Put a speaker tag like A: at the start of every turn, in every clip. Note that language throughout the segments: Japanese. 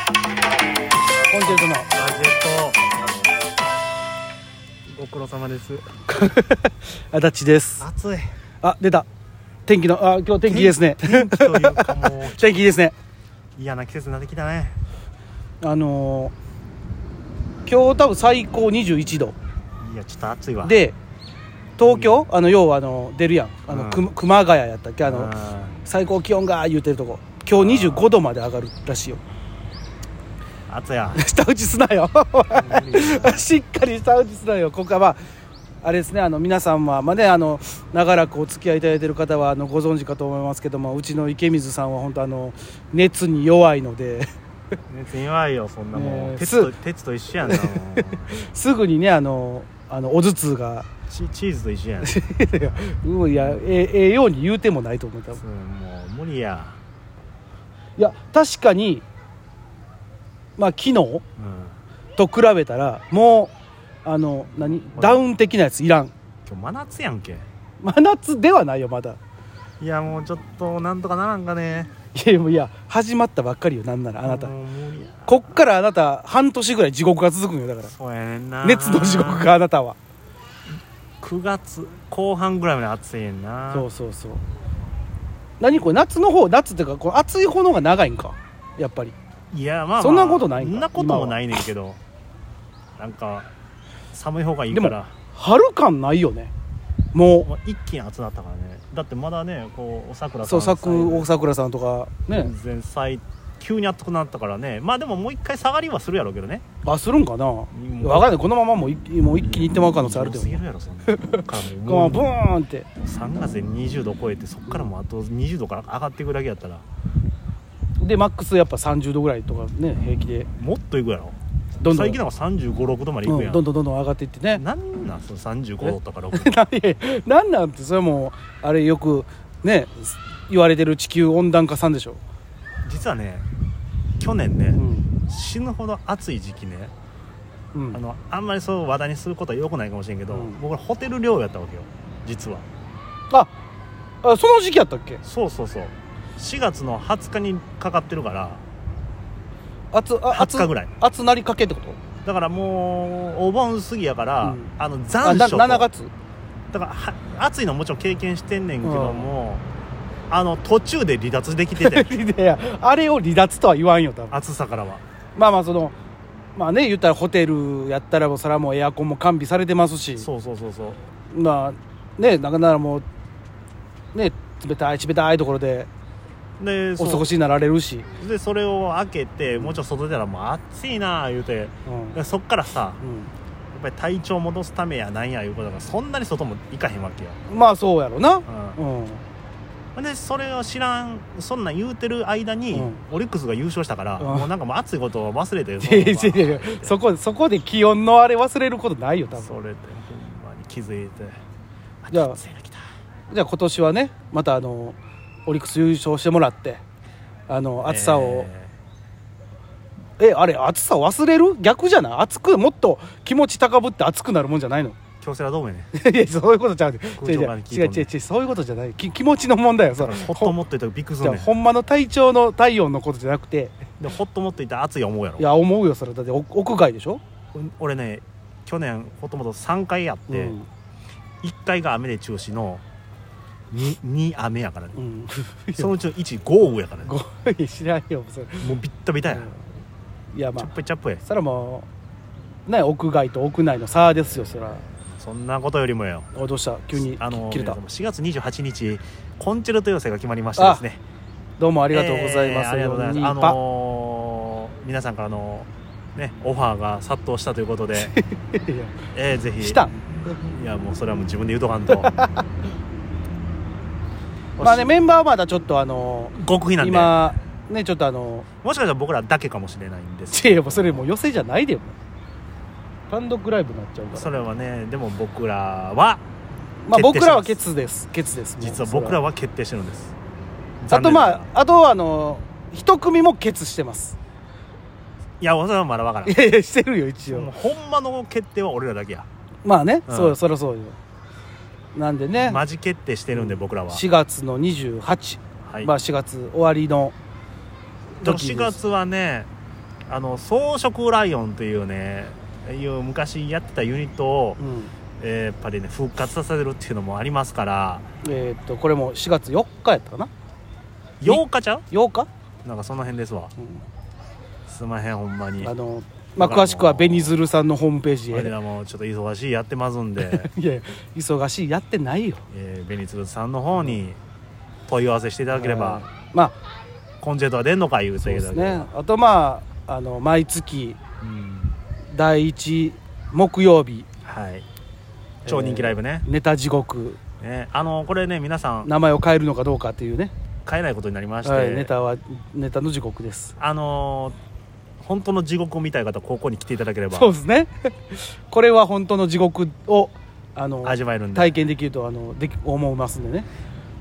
A: コンチェルトの
B: ガジェットご苦労様です
A: 足立です
B: 暑い
A: あ出た天気のあ今日天気いいですね
B: 天気というかも
A: 天気いいですね
B: う嫌な季節になってきたね
A: あのー今日多分最高21度
B: いやちょっと暑いわ
A: で東京あの要はあの出るやんあの、
B: うん
A: 熊熊谷やったっけあ
B: あ
A: の、
B: の
A: 最高気温が言うてるとこ今日25度まで上がるらしいよ
B: 暑いや
A: 下打ちすなよ しっかり下打ちすなよここはまああれですねあの皆さんは、まあね、あの長らくお付き合いいただいている方はあのご存知かと思いますけどもうちの池水さんは本当あの熱に弱いので
B: 熱に弱いよそんなも
A: ねえ
B: う鉄と
A: す
B: 鉄と一緒や んなもう
A: すぐにねあのあのお頭痛が
B: チチーズと一緒やん
A: うんいやえええように言うてもないと思う多分
B: そうもう無理や
A: いや確かにまあ昨日
B: うん
A: と比べたらもうあの何ダウン的なやついらん
B: 今日真夏やんけ
A: 真夏ではないよまだ
B: いやもうちょっとなんとかならんかね
A: いやいやいや始まったばっかりよなんならあなた
B: もう無理や
A: こっからあなた半年ぐらい地獄が続くんよだから
B: そうやねんな
A: 熱の地獄かあなたは
B: 9月後半ぐらいまで暑いねんな
A: そうそうそう何これ夏の方夏っていうかこの暑い方の方が長いんかやっぱり
B: いやまあ、まあ、
A: そんなことないんか
B: そんなこともないねんけどなんか寒い方がいいから
A: 春感ないよねも
B: まあ一気に暑なったからねだってまだねこうお桜
A: う
B: さ
A: そ
B: ん
A: うさく大
B: 咲
A: 桜さんとか
B: いて
A: ね
B: 全然咲い急に暑くなったからねまあでももう一回下がりはするやろうけどね
A: あするんかな分かんないこのままもういもう一気にいってまう可能性あるけど
B: すぎるやろそんなこっから
A: こ
B: も
A: う
B: う
A: ブーンって
B: 3月で20度超えてそっからもうあと20度から上がっていくだけやったら
A: でマックスやっぱ30度ぐらいとかね平気で
B: もっといくやろ
A: どんどん
B: 最近なんか3 5六6度までいく
A: う
B: や
A: ん
B: ん,、
A: どんどんどんどん上がっていってね
B: なんなんその35度とか6度
A: 何なんなんてそれもうあれよくね言われてる地球温暖化さんでしょ、
B: 実はね去年ね、
A: うん
B: 死ぬほど暑い時期ね、
A: うん
B: あのあんまりそう話題にすることはよくないかもしれんけど、
A: うん
B: 僕らホテル寮やったわけよ実は
A: ああその時期やったっけ
B: そうそうそう4月の20日にかかってるから
A: 暑あ暑
B: 20日ぐらい
A: 暑なりかけってこと
B: だからもうお盆過ぎやから、
A: うん
B: あの
A: あ
B: 残
A: な
B: 暑と
A: 7月
B: だからは暑いのもちろん経験してんねんけども、あの途中で離脱でき てて
A: いやあれを離脱とは言わんよ多分
B: 暑さからは
A: まあまあそのまあね言ったらホテルやったらもうそれはもうエアコンも完備されてますし
B: そうそうそうそう
A: まあねなかなかもうね冷たい冷たいところで
B: で
A: お過
B: そ
A: ごしになられるし
B: うでそれを開けてもうちょっと外出たらもう暑いなあ言うて
A: うん
B: でそっからさ
A: うん
B: やっぱり体調戻すためやなんやいうことだからそんなに外も行かへんわけよ、
A: まあそうやろな
B: う
A: うん
B: ん、でそれを知らんそんなん言うてる間に、
A: うん
B: オリックスが優勝したから、
A: うん
B: もうなんかもう熱いことを忘れてる
A: いやいやいやいやそこそこで気温のあれ忘れることないよ多分
B: それってほんまに気づいて
A: じゃあ
B: あ暑いな来た
A: じゃあ今年はねまたあのオリックス優勝してもらってあの暑さを
B: え
A: えあれ暑さ忘れる逆じゃない暑くもっと気持ち高ぶって暑くなるもんじゃないの
B: ー京セラドームやね
A: いやそういうことちゃうで違う違
B: 空調
A: う違う
B: が効いと
A: ん
B: ね
A: 違う違うそういうことじゃないき気持ちの問題よそ
B: だ
A: れ
B: からホッと持っていたらびっくりす
A: じ
B: る
A: ゃあ
B: ね
A: ほんまの体調の体温のことじゃなくて
B: でホッと持っていたら熱い思うやろ
A: いや思うよそれだってお屋外でしょ、
B: うん俺ね去年ホッともと3回やって、
A: うん
B: 1回が雨で中止の 2, 2雨やからね
A: うん
B: そのうちの1豪雨やからね
A: ごめん知らんよそれ、
B: もうビッタビタや、
A: いやま
B: チャ
A: あ
B: ップチャップや
A: それはもうね屋外と屋内の差ですよそら
B: そんなことよりもよ
A: おどうした急に
B: あの
A: 切れた
B: 4月28日コンチェルト要請が決まりましてですね
A: どうもあ
B: あ
A: りがとうございます、
B: ありがとうございます
A: 428
B: あのー皆さんからのねオファーが殺到したということで、
A: いや
B: えーぜひ
A: したん
B: いやもうそれはもう自分で言うとか んと
A: まあねメンバーはまだちょっとあの
B: 極秘なんで
A: 今ねちょっとあの
B: もしかしたら僕らだけかもしれないんです
A: いやいやもうそれもう寄せじゃないでもう単独ライブになっちゃうか
B: そ
A: ら
B: れはねでも僕らは
A: まあ
B: 決定してま
A: 僕
B: す
A: らはケツですケツですもう
B: 実は僕ら
A: そ
B: は決定してるんです
A: れはあと
B: 残念
A: ま
B: ながら
A: ああとはあの一組もケツしてます
B: いやそれはまだわから
A: いやいやしてるよ一
B: んもう
A: 応
B: ほんまの決定は俺らだけや
A: まあね、
B: うん
A: そうよそりゃそうよなんでね、
B: マジ決定してるんで僕らは、
A: 4月の28
B: はい
A: まあ、4月終わりの
B: と
A: 時です
B: 4月はねあの草食ライオンというねいう昔やってたユニットを、
A: うん
B: えーやっぱりね復活させるっていうのもありますから
A: えーっとこれも4月4日やったかな
B: 8日ちゃ
A: 8日、
B: うなんかその辺ですわ
A: う
B: すまへんほんまに
A: ん
B: あ
A: あのまあ詳しくはベニズルさんのホームページへ、
B: れらもちょっと忙しいやってますんで
A: いやいや忙しいやってないよ
B: えー、ベニツブさんの方に問い合わせしていただければ、
A: まあ
B: コンチェルトは出んのか言う
A: そうで
B: ていただ
A: す
B: ければ
A: ねあとまああの毎月
B: うん
A: 第1木曜日
B: はい超人気ライブね,、
A: ネタ地獄
B: ねあのこれね皆さん
A: 名前を変えるのかどうかっていうね、
B: 買えないことになりまして、
A: はい、ネタはネタの地獄です
B: あのー本当の地獄を見たい方ここに来ていただければ
A: そうですね これは本当の地獄をあの
B: 味わえるんで
A: 体験できるとあのでき思いますんでね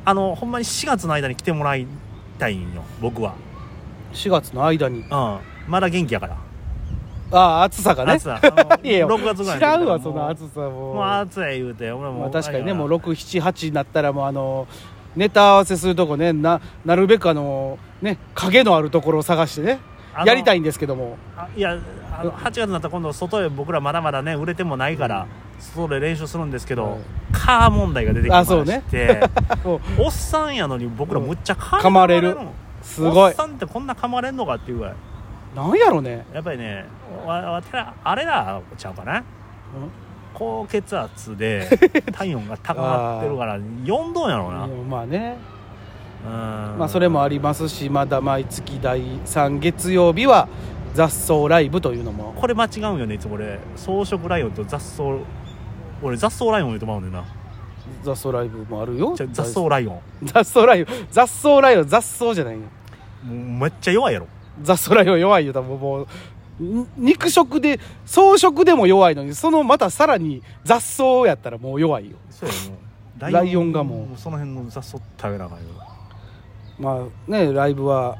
B: あのほんまに4月の間に来てもらいたいんよ僕は
A: 4月の間に
B: うんまだ元気やから
A: ああ暑さがね
B: 暑さあの
A: いやいや
B: 6月ぐらい
A: 知らんわ
B: も
A: そうの暑さも
B: もう暑い言うて俺も、
A: まあ、確かにねもう
B: ロ
A: 678になったらもうあのネタ合わせするとこねななるべくあのね影のあるところを探してねやりた
B: い
A: いんですけども
B: いやあの8月になったら今度外へ僕らまだまだね売れてもないから、外で練習するんですけど、
A: はい
B: カー問題が出てきまして
A: あそうねもう
B: おっさんやのに僕らむっちゃカー
A: 噛まれる
B: の
A: すご
B: おっ
A: い
B: さんってこんな噛まれんのかっていうぐらい
A: なんやろね
B: やっぱりねわわてらあれらちゃうかな高血 圧で体温が高まってるから4度やろうな
A: う、んまあね、
B: うん
A: まあ、それもありますしまだ毎月第3月曜日は雑草ライブというのも
B: これ間違うんよねいつも俺草食ライオンと雑草俺雑草ライオン言うてまうねんな
A: 雑草ライブもあるよ
B: じゃ雑草ライオン
A: 雑草ライブ雑草ライブ雑草じゃないよ
B: もうめっちゃ弱いやろ
A: 雑草ライオン弱いよ多分もうん肉食で草食でも弱いのにそのまたさらに雑草やったらもう弱いよ
B: そうや
A: ラ
B: ろ
A: イオンがもう
B: その辺の雑草食べなあかんよ
A: まあねライブは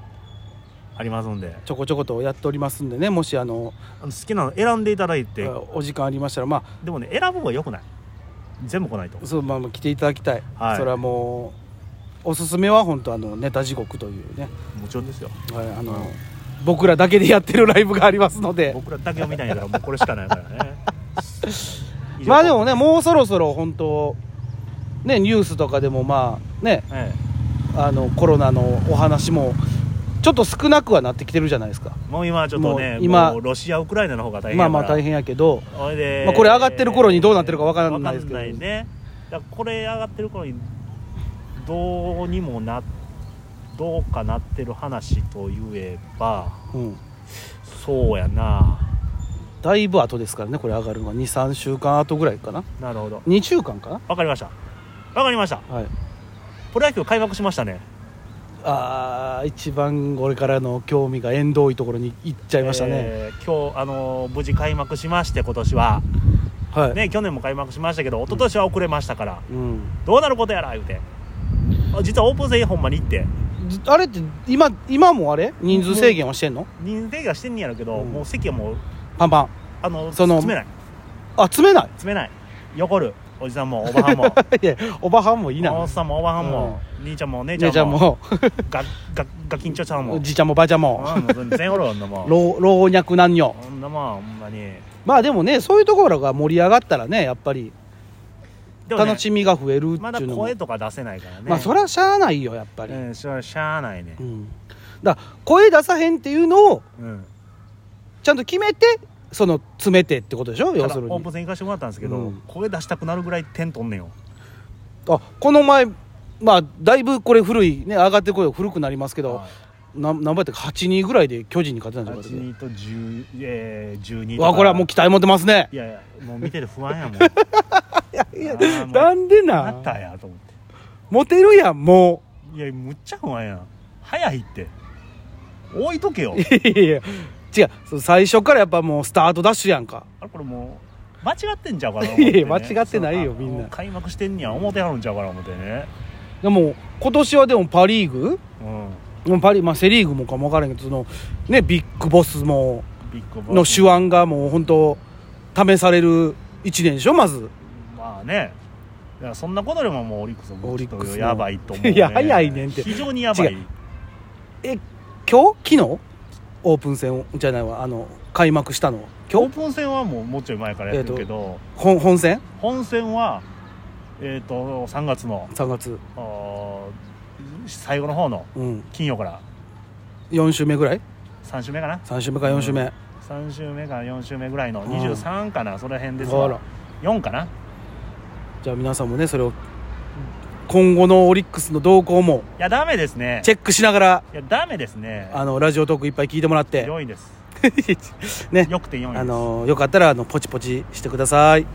B: ありますんで
A: ちょこちょことやっておりますんでねもしあの
B: あの好きなの選んでいただいて
A: あお時間ありましたらま
B: でもね選ぶ方がよくない全部来ないと
A: あそうまあまあ来ていただきたい、
B: はい
A: それはもうおすすめは本当あのネタ地獄というね、
B: もちろんですよ
A: はい、あの、僕らだけでやってるライブがありますので
B: 僕らだけを見たいんやからもうこれしかないからね
A: まあでもねもうそろそろ本当ねニュースとかでもまあね
B: え
A: あのコロナのお話もちょっと少なくはなってきてるじゃないですか
B: えもう今はちょっとね
A: もう今
B: もうロシアウクライナの方が大変
A: ま
B: や
A: あ
B: から
A: まあ大変やけど
B: それで、
A: まあこれ上がってる頃にどうなってるかわからないですけど
B: わかんないねだからこれ上がってる頃にどうにもなどうかなってる話といえば
A: うん
B: そうやな
A: だいぶ後ですからねこれ上がるのは23週間後ぐらいかな
B: なるほど
A: 2週間か
B: わかりましたわかりました
A: なはい
B: プロ野球開幕しましたね
A: あー一番俺からの興味が縁遠いところに行っちゃいましたね、
B: えー今日あのー無事開幕しまして今年は
A: はい、
B: ね去年も開幕しましたけど一昨年は遅れましたから、
A: うん、
B: どうなることやら言うてあ実はオープン戦ほんまに行って
A: ずあれって今今もあれ人数制限はしてんの
B: 人数がしてんねやろけど、
A: うん
B: もう席はもう
A: パンパン
B: あの
A: その
B: 詰めない
A: あ詰めない
B: 詰めない横るおじさんもおばはんも
A: いやおばはんも いい
B: お
A: な
B: っさんもおばはんも、兄ちゃんもお姉ちゃ
A: 姉
B: ん
A: ちゃん
B: も
A: も
B: ががが緊張ちゃう もん
A: じいちゃんもばあちゃんも
B: うんもう全然おるわん なもん
A: 老老若男女
B: ほんなもんほんまに
A: まあでもねそういうところが盛り上がったらねやっぱり
B: でもね
A: 楽しみが増えるって
B: まだ
A: いうのも、
B: 声とか出せないからね
A: まあそれはしゃあないよやっぱり、
B: うん、しゃしゃあないね
A: う、ん、だから声出さへんっていうのを
B: うん、
A: ちゃんと決めてその詰めてってことでしょ
B: た
A: 要
B: だ
A: する
B: オー
A: に
B: プン戦行かしてもらったんですけど、
A: うん
B: 声出したくなるぐらい点取んねんよ
A: あこの前まあだいぶこれ古いね上がってこい古くなりますけど、
B: はい
A: な何倍って8-2ぐらいで巨人に勝てたんじゃない
B: 82と10、えー、12
A: わあこれはもう
B: う
A: 期待持ってますね
B: いやいやもう見てて不安やもん
A: いやいや
B: あーもう
A: なんで
B: なっ
A: な
B: たやと思って
A: モテるやんも
B: いやむっちゃ不安やん早いって置いとけよ
A: う いやいや違うその最初からやっぱもうスタートダッシュやんか
B: あれこれもう間違ってんちゃうかな思っ
A: いや
B: て、
A: いや間違ってないよ
B: そう
A: みんな
B: もう開幕してんには思ってはるんちゃうかな思ってね
A: でも今年はでもパ・リーグ
B: うん
A: もうパリ、まあ、セ・リーグもかも分からんけどその、ね、ビッグボスも
B: ビッグボス
A: の手腕がもう本当試される1年でしょまず
B: まあねだからそんなことでももうオリックスも
A: オリックスも
B: やばいと思う、
A: いや早いねんて
B: 非常にやばい
A: 違うえ今日昨日オープン戦をじゃないわあの開幕したの
B: オー
A: 今日
B: プン戦はもうもうちょい前からやってるけど、
A: 本本戦
B: 本戦は、えー、と3月の
A: 3月、
B: あー最後の方の
A: うん、
B: 金曜から
A: 4週目ぐらい
B: 3週目かな
A: 3週目か4週目、
B: 3週目か4週目ぐらいの
A: うん
B: 23かな、その辺です
A: あら
B: わ4かな
A: じゃあ皆さんもねそれを今後のオリックスの動向も
B: いやダメですね
A: チェックしながら
B: いやダメですね
A: あのラジオトークいっぱい聞いてもらって
B: 4位です
A: ね
B: よくて4位です
A: あのよかったらあのポチポチしてください。